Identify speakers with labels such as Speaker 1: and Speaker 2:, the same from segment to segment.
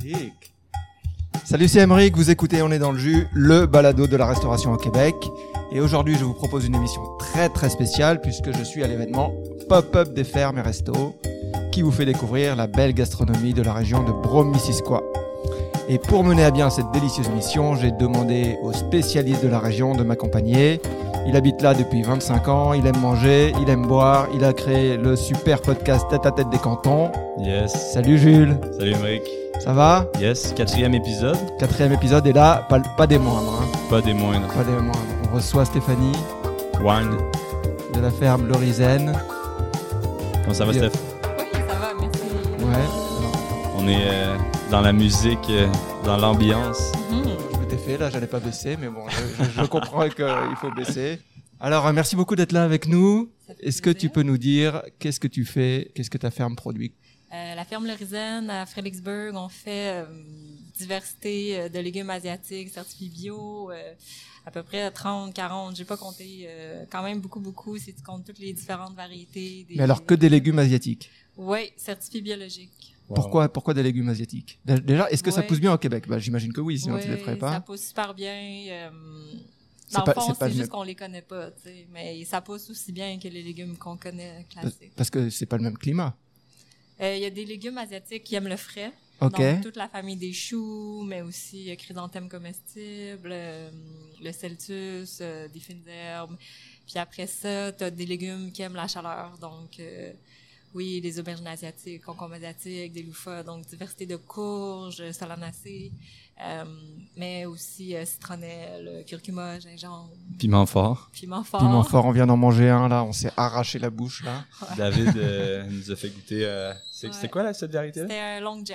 Speaker 1: Cédric.
Speaker 2: Salut, c'est Emeric, vous écoutez On est dans le jus, le balado de la restauration au Québec. Et aujourd'hui, je vous propose une émission très très spéciale puisque je suis à l'événement Pop-up des fermes et restos qui vous fait découvrir la belle gastronomie de la région de Brome-Missisquoi. Et pour mener à bien cette délicieuse mission, j'ai demandé au spécialiste de la région de m'accompagner. Il habite là depuis 25 ans, il aime manger, il aime boire, il a créé le super podcast Tête à Tête des Cantons.
Speaker 1: Yes.
Speaker 2: Salut Jules,
Speaker 1: Salut Emeric.
Speaker 2: ça va
Speaker 1: Yes, quatrième épisode.
Speaker 2: Quatrième épisode et là, pas, pas des moindres. hein.
Speaker 1: Pas des moindres.
Speaker 2: Pas des moindres. On reçoit Stéphanie
Speaker 1: Wine.
Speaker 2: de la ferme Lorizen.
Speaker 1: Comment ça va,
Speaker 2: Bien.
Speaker 1: Steph?
Speaker 3: Oui, ça va, merci.
Speaker 2: Ouais.
Speaker 1: On est euh, dans la musique, euh, dans l'ambiance.
Speaker 3: Mhm.
Speaker 2: Je m'étais fait là, j'allais pas baisser, mais bon, je, je- je comprends qu'il faut baisser. Alors, euh, merci beaucoup d'être là avec nous.
Speaker 3: Ça fait
Speaker 2: Est-ce que tu
Speaker 3: plaisir.
Speaker 2: peux nous dire qu'est-ce que tu fais, qu'est-ce que ta ferme produit
Speaker 3: Euh, la ferme Lorizen à Fredericksburg, on fait euh, diversité euh, de légumes asiatiques, certifiés bio, euh, à peu près 30, 40, j'ai pas compté, euh, quand même beaucoup, beaucoup, si tu comptes toutes les différentes variétés. Des...
Speaker 2: Mais alors que des légumes asiatiques.
Speaker 3: Oui, certifié biologique.
Speaker 2: Pourquoi, pourquoi des légumes asiatiques Dé- Déjà, est-ce que ça
Speaker 3: Ouais.
Speaker 2: pousse bien au Québec bah, J'imagine que oui, sinon tu les ferais
Speaker 3: Ouais, Ça
Speaker 2: pas.
Speaker 3: pousse super bien. euh,
Speaker 2: C'est
Speaker 3: dans
Speaker 2: pas-
Speaker 3: le fond,
Speaker 2: c'est pas
Speaker 3: c'est
Speaker 2: le
Speaker 3: juste
Speaker 2: même-
Speaker 3: qu'on les connaît pas, tu sais, mais ça pousse aussi bien que les légumes qu'on connaît classiques.
Speaker 2: Parce que c'est pas le même climat.
Speaker 3: Euh, Il y a des légumes asiatiques qui aiment le frais.
Speaker 2: Ok.
Speaker 3: Donc, toute la famille des choux, mais aussi euh, chrysanthèmes comestibles, euh, le celtus, euh, des fines herbes. Puis après ça, tu as des légumes qui aiment la chaleur. Donc, euh, oui, des aubergines asiatiques, concombres asiatiques, des loufas. Donc, diversité de courges, solanacées, euh, mais aussi euh, citronnelle, curcuma, gingembre,
Speaker 1: Piment fort.
Speaker 3: piment fort.
Speaker 2: Piment fort, on vient d'en manger un là, on s'est arraché la bouche là.
Speaker 1: David euh, nous a fait goûter. euh, c'est
Speaker 3: Ouais.
Speaker 1: c'est quoi là, cette variété-là?
Speaker 3: C'était un long jow.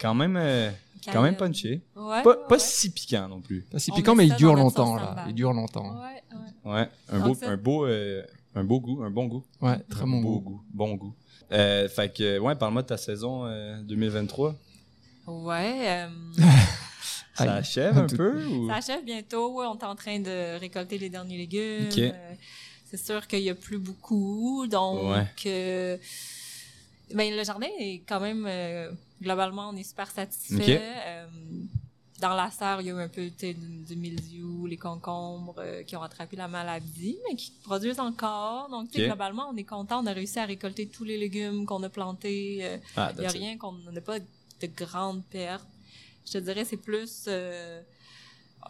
Speaker 1: Quand même, euh, quand même punchy. Pas,
Speaker 3: Ouais,
Speaker 1: pas
Speaker 3: ouais.
Speaker 1: si piquant non plus.
Speaker 2: Pas si
Speaker 3: On
Speaker 2: piquant,
Speaker 3: met
Speaker 2: mais il
Speaker 3: ça
Speaker 2: dure
Speaker 3: dans notre
Speaker 2: longtemps
Speaker 3: sauce
Speaker 2: là.
Speaker 3: sambal.
Speaker 2: Il dure longtemps.
Speaker 3: Ouais, ouais.
Speaker 1: Ouais, un
Speaker 3: Donc
Speaker 1: beau,
Speaker 3: ça-
Speaker 1: un beau, euh, un beau goût, un bon goût.
Speaker 2: Ouais, très
Speaker 1: Un
Speaker 2: bon
Speaker 1: beau
Speaker 2: goût.
Speaker 1: goût. Bon goût. Euh, fait que, ouais, parle-moi de ta saison euh, 2023.
Speaker 3: Ouais. euh,
Speaker 1: Ça
Speaker 2: Aïe.
Speaker 1: achève un
Speaker 2: Tout-
Speaker 1: peu ou...
Speaker 3: Ça achève bientôt. ouais, On est en train de récolter les derniers légumes.
Speaker 1: Ok.
Speaker 3: Euh, C'est sûr qu'il n'y a plus beaucoup. Donc,
Speaker 1: Ouais.
Speaker 3: euh, ben, le jardin est quand même, euh, globalement, on est super satisfait.
Speaker 1: Ok.
Speaker 3: Euh, dans la serre, il y a eu un peu tu sais, du du mildiou, les concombres euh, qui ont attrapé la maladie, mais qui produisent encore. Donc, tu sais,
Speaker 1: Ok.
Speaker 3: globalement, on est content. On a réussi à récolter tous les légumes qu'on a plantés. euh,
Speaker 1: Ah,
Speaker 3: il n'y a
Speaker 1: that's it.
Speaker 3: rien qu'on n'a pas de grande perte. Je te dirais, c'est plus, euh,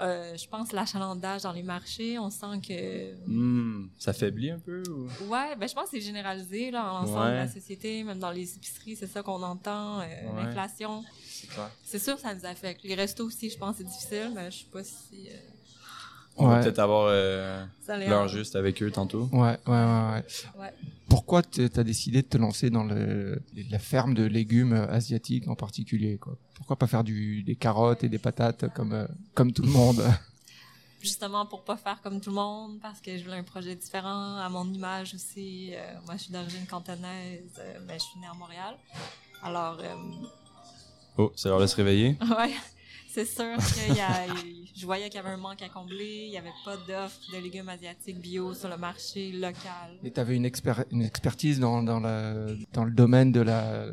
Speaker 3: euh, je pense, l'achalandage dans les marchés. On sent que.
Speaker 1: Hmm, ça faiblit un peu ou...
Speaker 3: Ouais, ben, je pense que c'est généralisé là, dans l'ensemble
Speaker 1: Ouais.
Speaker 3: de la société, même dans les épiceries, c'est ça qu'on entend, euh, l'inflation.
Speaker 1: C'est clair.
Speaker 3: C'est sûr, ça nous affecte. Les restos aussi, je pense, c'est difficile, mais je sais pas si. euh,
Speaker 1: On va
Speaker 2: Ouais.
Speaker 1: peut-être avoir euh,
Speaker 3: ça les
Speaker 1: l'heure juste avec eux tantôt.
Speaker 2: Ouais, ouais, ouais, ouais.
Speaker 3: Ouais.
Speaker 2: Pourquoi tu as décidé de te lancer dans le, la ferme de légumes euh, asiatiques en particulier quoi Pourquoi pas faire du, des carottes et des patates comme, euh, comme tout le monde
Speaker 3: Justement, pour pas faire comme tout le monde, parce que je voulais un projet différent, à mon image aussi. Euh, moi, je suis d'origine cantonaise, euh, mais je suis née à Montréal. Alors, euh,
Speaker 1: Oh, c'est l'heure de se réveiller.
Speaker 3: Ouais, c'est sûr que y a- je voyais qu'il y avait un manque à combler. Il n'y avait pas d'offre de légumes asiatiques bio sur le marché local.
Speaker 2: Et tu avais une, expér- une expertise dans, dans, la, dans le domaine de la-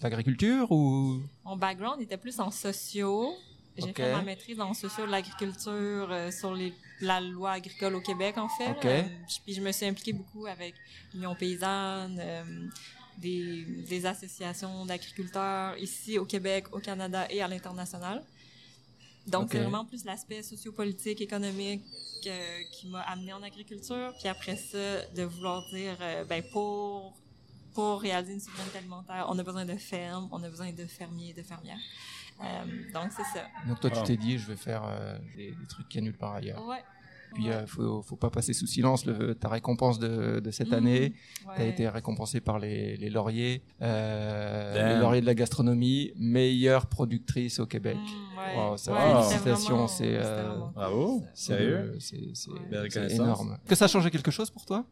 Speaker 2: l'agriculture ou
Speaker 3: Mon background était plus en sociaux. J'ai
Speaker 2: Ok.
Speaker 3: fait ma maîtrise en sociaux de l'agriculture euh, sur les- la loi agricole au Québec, en fait.
Speaker 2: Ok.
Speaker 3: Euh, je- puis je me suis impliquée beaucoup avec l'Union paysanne, euh, des, des associations d'agriculteurs ici au Québec, au Canada et à l'international. Donc,
Speaker 2: Ok.
Speaker 3: c'est vraiment plus l'aspect sociopolitique, économique euh, qui m'a amené en agriculture. Puis après ça, de vouloir dire, euh, ben, pour, pour réaliser une souveraineté alimentaire, on a besoin de fermes, on a besoin de fermiers et de fermières. Euh, donc, c'est ça.
Speaker 2: Donc toi tu
Speaker 1: Ah.
Speaker 2: t'es dit je vais faire euh, des, des trucs qu'il y a nulle part ailleurs.
Speaker 3: Ouais.
Speaker 2: Puis
Speaker 3: Ouais.
Speaker 2: euh, faut, faut pas passer sous silence le- ta récompense de, de cette
Speaker 3: Mhm.
Speaker 2: année. T'as
Speaker 3: Ouais.
Speaker 2: été récompensé par les, les lauriers, euh,
Speaker 1: Damn.
Speaker 2: les lauriers de la gastronomie, meilleure productrice au Québec.
Speaker 3: Mm, ouais.
Speaker 2: Wow, ça
Speaker 3: Ouais,
Speaker 1: va.
Speaker 3: c'était
Speaker 2: Félicitations,
Speaker 3: vraiment-
Speaker 2: c'est, euh,
Speaker 3: c'était vraiment cool,
Speaker 1: bravo.
Speaker 3: ça.
Speaker 2: C'est
Speaker 1: Sérieux?
Speaker 2: le- C'est c'est-
Speaker 3: Ouais.
Speaker 1: Belle
Speaker 2: c'est
Speaker 1: reconnaissance.
Speaker 2: énorme. Est-ce que ça a changé quelque chose pour toi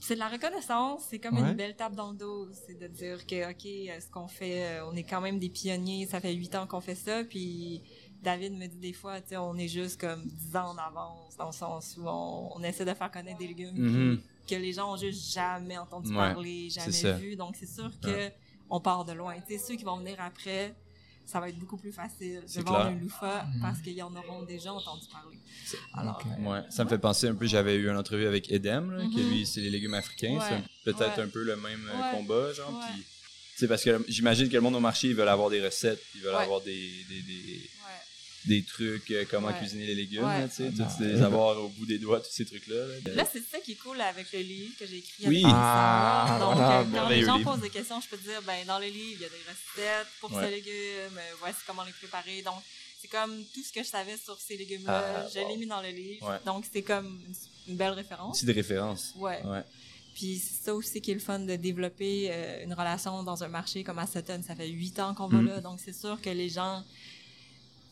Speaker 3: C'est de la reconnaissance, c'est comme
Speaker 2: Ouais.
Speaker 3: une belle tape dans le dos. C'est de dire que, OK, euh, ce qu'on fait, euh, on est quand même des pionniers, ça fait huit ans qu'on fait ça, puis David me dit des fois, tu sais, on est juste comme dix ans en avance, dans le sens où on, on essaie de faire connaître des légumes
Speaker 1: Mhm.
Speaker 3: que les gens ont juste jamais entendu
Speaker 1: Ouais,
Speaker 3: parler,
Speaker 1: c'est ça.
Speaker 3: jamais vu. Donc, c'est sûr que on part de loin. Tu sais, ceux qui vont venir après, ça va être beaucoup plus facile
Speaker 1: C'est
Speaker 3: de vendre
Speaker 1: clair.
Speaker 3: un loufa
Speaker 2: Mhm.
Speaker 3: parce qu'ils en auront déjà entendu parler.
Speaker 1: C'est-
Speaker 3: Alors,
Speaker 2: Ok.
Speaker 3: euh,
Speaker 1: Ouais, ça me fait penser un peu, j'avais eu une entrevue avec Edem, là, qui
Speaker 3: Mhm.
Speaker 1: lui, c'est les légumes africains,
Speaker 3: Ouais,
Speaker 1: c'est peut-être
Speaker 3: ouais.
Speaker 1: un peu le même euh,
Speaker 3: Ouais,
Speaker 1: combat, genre,
Speaker 3: ouais.
Speaker 1: puis- c'est parce que j'imagine que le monde au marché, ils veulent avoir des recettes, ils veulent
Speaker 3: Ouais.
Speaker 1: avoir des, des, des,
Speaker 3: ouais.
Speaker 1: des trucs, euh, comment
Speaker 3: Ouais.
Speaker 1: cuisiner les légumes,
Speaker 3: Ouais.
Speaker 1: là, tu sais,
Speaker 2: Ah,
Speaker 1: tous les
Speaker 2: ouais.
Speaker 1: avoir au bout des doigts, tous ces trucs-là. là. Euh,
Speaker 3: Là, c'est ça qui est cool avec le livre que j'ai écrit.
Speaker 1: Oui.
Speaker 3: avec Alexandre.
Speaker 2: Ah,
Speaker 3: Donc,
Speaker 2: voilà,
Speaker 3: euh, quand
Speaker 1: merveilleux
Speaker 3: les gens
Speaker 1: livre.
Speaker 3: posent des questions, je peux te dire, ben, dans le livre, il y a des recettes pour
Speaker 1: Ouais.
Speaker 3: ces légumes, euh, voici comment les préparer. Donc, c'est comme tout ce que je savais sur ces légumes-là,
Speaker 1: Ah,
Speaker 3: je
Speaker 1: wow.
Speaker 3: l'ai mis dans le livre.
Speaker 1: Ouais.
Speaker 3: Donc, c'est comme une- une belle
Speaker 1: Une
Speaker 3: référence.
Speaker 1: petite référence.
Speaker 3: Ouais.
Speaker 1: Ouais.
Speaker 3: Puis c'est ça aussi qui est le fun de développer euh, une relation dans un marché comme à Sutton. Ça fait huit ans qu'on va
Speaker 1: Mhm.
Speaker 3: là, donc c'est sûr que les gens,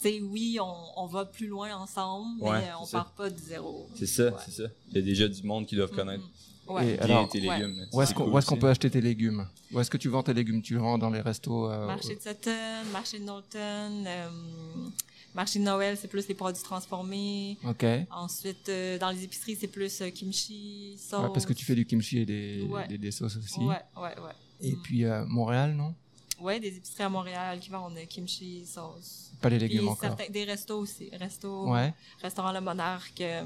Speaker 3: tu sais, oui, on, on va plus loin ensemble,
Speaker 1: Ouais,
Speaker 3: mais euh, on
Speaker 1: c'est ça.
Speaker 3: part pas du zéro.
Speaker 1: C'est ça,
Speaker 3: Ouais.
Speaker 1: c'est ça. Il y a déjà du monde qui doivent connaître
Speaker 3: Mhm. Ouais.
Speaker 2: Et
Speaker 1: bien
Speaker 2: alors,
Speaker 1: tes
Speaker 3: ouais.
Speaker 1: légumes. là.
Speaker 2: Où est-ce
Speaker 1: C'est
Speaker 2: qu'on
Speaker 1: cool
Speaker 2: où est-ce qu'on
Speaker 1: aussi.
Speaker 2: peut acheter tes légumes Où est-ce que tu vends tes légumes Tu le vends dans les restos euh,
Speaker 3: Marché de Sutton, marché de Knowlton, euh, marché de Noël, c'est plus les produits transformés.
Speaker 2: Ok. Ouais,
Speaker 3: Ensuite, euh, dans les épiceries, c'est plus euh, kimchi, sauce.
Speaker 2: parce que tu fais du kimchi et des,
Speaker 3: Ouais.
Speaker 2: des, des sauces aussi.
Speaker 3: Ouais, ouais, ouais.
Speaker 2: Et puis euh, Montréal, non
Speaker 3: Ouais, des épiceries à Montréal qui vendent euh, kimchi, sauce.
Speaker 2: Pas les
Speaker 3: Puis
Speaker 2: légumes encore.
Speaker 3: certains, des restos aussi. Restos,
Speaker 2: Ouais.
Speaker 3: restaurant Le Monarque. euh,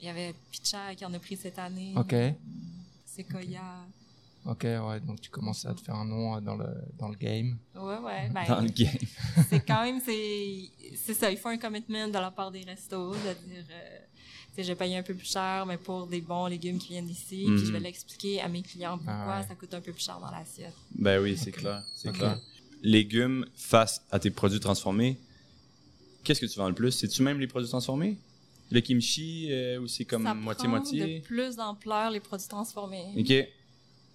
Speaker 3: il y avait Picha qui en a pris cette année.
Speaker 2: Ok.
Speaker 3: Sequoia.
Speaker 2: Ok, ouais. Donc tu commences à te faire un nom euh, dans le dans le game.
Speaker 3: Ouais, ouais. Ben,
Speaker 1: Dans le game.
Speaker 3: c'est quand même, c'est c'est ça, il faut un commitment de la part des restos, de dire, euh, tu sais, je vais payer un peu plus cher, mais pour des bons légumes qui viennent d'ici, puis je vais
Speaker 1: Mhm.
Speaker 3: l'expliquer à mes clients pourquoi
Speaker 2: Ah ouais.
Speaker 3: ça coûte un peu plus cher dans l'assiette.
Speaker 1: Ben oui, c'est
Speaker 2: Ok.
Speaker 1: clair, c'est
Speaker 2: Ok.
Speaker 1: clair. Légumes face à tes produits transformés, qu'est-ce que tu vends le plus? C'est-tu même les produits transformés? Le kimchi, euh, ou c'est comme
Speaker 3: Ça prend
Speaker 1: moitié-moitié?
Speaker 3: de plus d'ampleur les produits transformés.
Speaker 1: OK.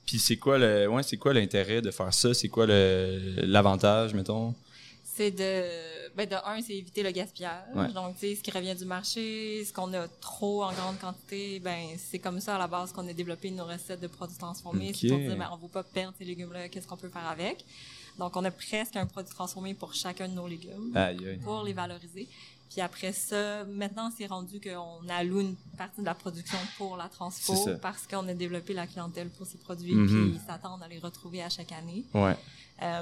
Speaker 1: Puis c'est quoi le ouais, c'est quoi l'intérêt de faire ça? C'est quoi le l'avantage, mettons?
Speaker 3: C'est de, ben de un, c'est éviter le gaspillage.
Speaker 1: Ouais.
Speaker 3: Donc, tu sais, ce qui revient du marché, ce qu'on a trop en grande quantité, ben c'est comme ça à la base qu'on a développé nos recettes de produits transformés. C'est pour
Speaker 1: Ok.
Speaker 3: dire, ben, on ne veut pas perdre ces légumes-là, qu'est-ce qu'on peut faire avec. Donc, on a presque un produit transformé pour chacun de nos légumes,
Speaker 1: Aïe, aïe.
Speaker 3: pour les valoriser. Puis après ça, maintenant, c'est rendu qu'on alloue une partie de la production pour la transfo
Speaker 1: C'est ça.
Speaker 3: parce qu'on a développé la clientèle pour ces produits,
Speaker 1: Mhm.
Speaker 3: puis ils s'attendent à les retrouver à chaque année.
Speaker 1: Ouais.
Speaker 3: Euh,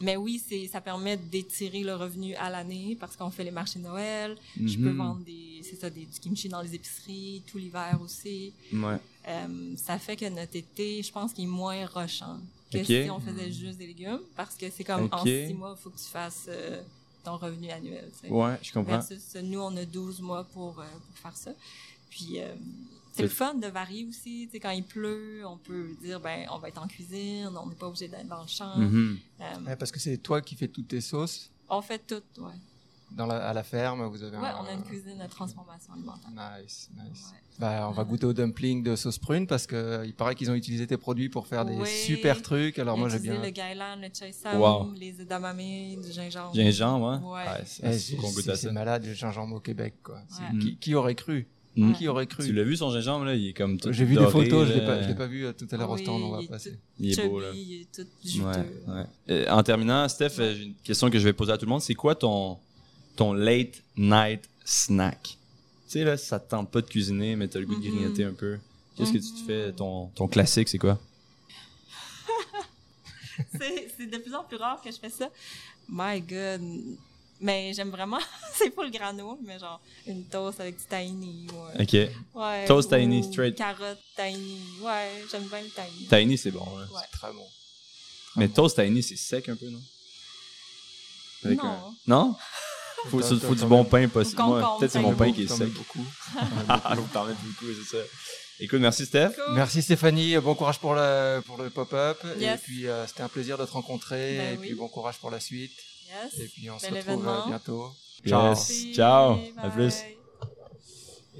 Speaker 3: mais oui, c'est, ça permet d'étirer le revenu à l'année parce qu'on fait les marchés de Noël. Je peux
Speaker 1: Mhm.
Speaker 3: vendre des, c'est ça, des, du kimchi dans les épiceries tout l'hiver aussi.
Speaker 1: Ouais.
Speaker 3: Euh, ça fait que notre été, je pense qu'il est moins rochant que
Speaker 1: Ok.
Speaker 3: si on faisait juste des légumes parce que c'est comme en
Speaker 1: Ok.
Speaker 3: six mois, il faut que tu fasses euh, ton revenu annuel. tu sais.
Speaker 1: Ouais, je comprends.
Speaker 3: Versus euh, nous, on a 12 mois pour, euh, pour faire ça. Puis euh, c'est le
Speaker 1: C'est-
Speaker 3: fun de varier aussi. Tu sais, quand il pleut, on peut dire, ben, on va être en cuisine, on n'est pas obligé d'être dans le champ.
Speaker 1: Mhm.
Speaker 3: Euh,
Speaker 2: Ouais, parce que c'est toi qui fais toutes tes sauces
Speaker 3: on fait tout, ouais.
Speaker 2: dans la, à la ferme. Vous
Speaker 1: Ah.
Speaker 2: avez.
Speaker 3: Ouais,
Speaker 2: un-
Speaker 3: on a une cuisine de transformation alimentaire.
Speaker 2: Nice, nice.
Speaker 3: Ouais.
Speaker 2: Bah, on va goûter au dumpling de sauce prune parce que euh, il paraît qu'ils ont utilisé tes produits pour faire des
Speaker 3: Ouais.
Speaker 2: super trucs. Alors moi j'ai
Speaker 3: Utiliser
Speaker 2: bien.
Speaker 3: le gailan, le choysam,
Speaker 1: Wow.
Speaker 3: les edamame, du gingembre.
Speaker 1: Gingembre, hein?
Speaker 3: Ouais.
Speaker 1: c'est-
Speaker 2: Eh,
Speaker 1: faut
Speaker 2: c'est
Speaker 1: qu'on goûte à
Speaker 2: c'est-
Speaker 1: ça.
Speaker 2: c'est malade le gingembre au Québec quoi. C'est-
Speaker 3: Ouais.
Speaker 2: Qui, qui aurait cru
Speaker 1: Mm.
Speaker 2: Qui aurait
Speaker 1: Tu
Speaker 2: cru Euh,
Speaker 1: l'as vu son gingembre là, il est comme tout
Speaker 2: J'ai vu
Speaker 1: doré,
Speaker 2: des photos, je
Speaker 1: là.
Speaker 2: l'ai pas, je l'ai pas vu euh, tout à l'heure au
Speaker 3: Oui,
Speaker 2: stand. On va
Speaker 3: il est
Speaker 2: passer.
Speaker 1: Il est beau là.
Speaker 3: Chubby, il est tout
Speaker 1: Ouais,
Speaker 3: juteux.
Speaker 1: ouais. Euh, en terminant, Steph, euh, j'ai une question que je vais poser à tout le monde. C'est quoi ton, ton late night snack? Tu sais, là, ça te tente pas de cuisiner, mais t'as le goût de
Speaker 3: Mhm.
Speaker 1: grignoter un peu. Qu'est-ce que tu te
Speaker 3: Mhm.
Speaker 1: fais? Ton, ton classique, c'est quoi?
Speaker 3: C'est c'est de plus en plus rare que je fais ça. My God. Mais j'aime vraiment, c'est pas le grano, mais genre une toast avec du tahini. Ouais.
Speaker 1: Ok.
Speaker 3: Ouais,
Speaker 1: Toast tahini,
Speaker 3: ou
Speaker 1: straight.
Speaker 3: Carotte tahini. Ouais, j'aime bien le tahini.
Speaker 1: Tiny, c'est bon. là.
Speaker 3: Ouais.
Speaker 2: Très bon.
Speaker 1: Mais toast tiny, c'est sec un peu, non?
Speaker 3: Non.
Speaker 1: un- Non? Faut,
Speaker 2: Toast,
Speaker 1: faut du
Speaker 2: toast,
Speaker 1: bon pain possible.
Speaker 3: concombre,
Speaker 1: Ouais, Peut-être c'est
Speaker 3: pain.
Speaker 1: mon pain
Speaker 2: J'en
Speaker 1: qui est
Speaker 2: mets
Speaker 1: sec.
Speaker 2: beaucoup.
Speaker 1: Ah, vous t'en mettez beaucoup, c'est ça. Écoute, merci Steph.
Speaker 3: Cool.
Speaker 2: Merci Stéphanie, euh, bon courage pour le, pour le pop-up.
Speaker 3: Yes.
Speaker 2: Et puis euh, c'était un plaisir de te rencontrer.
Speaker 3: Ben
Speaker 2: et
Speaker 3: oui.
Speaker 2: puis bon courage pour la suite.
Speaker 3: Yes.
Speaker 2: Et puis on se
Speaker 3: Bel
Speaker 2: retrouve euh,
Speaker 3: événement.
Speaker 2: bientôt.
Speaker 1: Ciao.
Speaker 3: Merci.
Speaker 1: Ciao. À
Speaker 3: Bye.
Speaker 1: plus.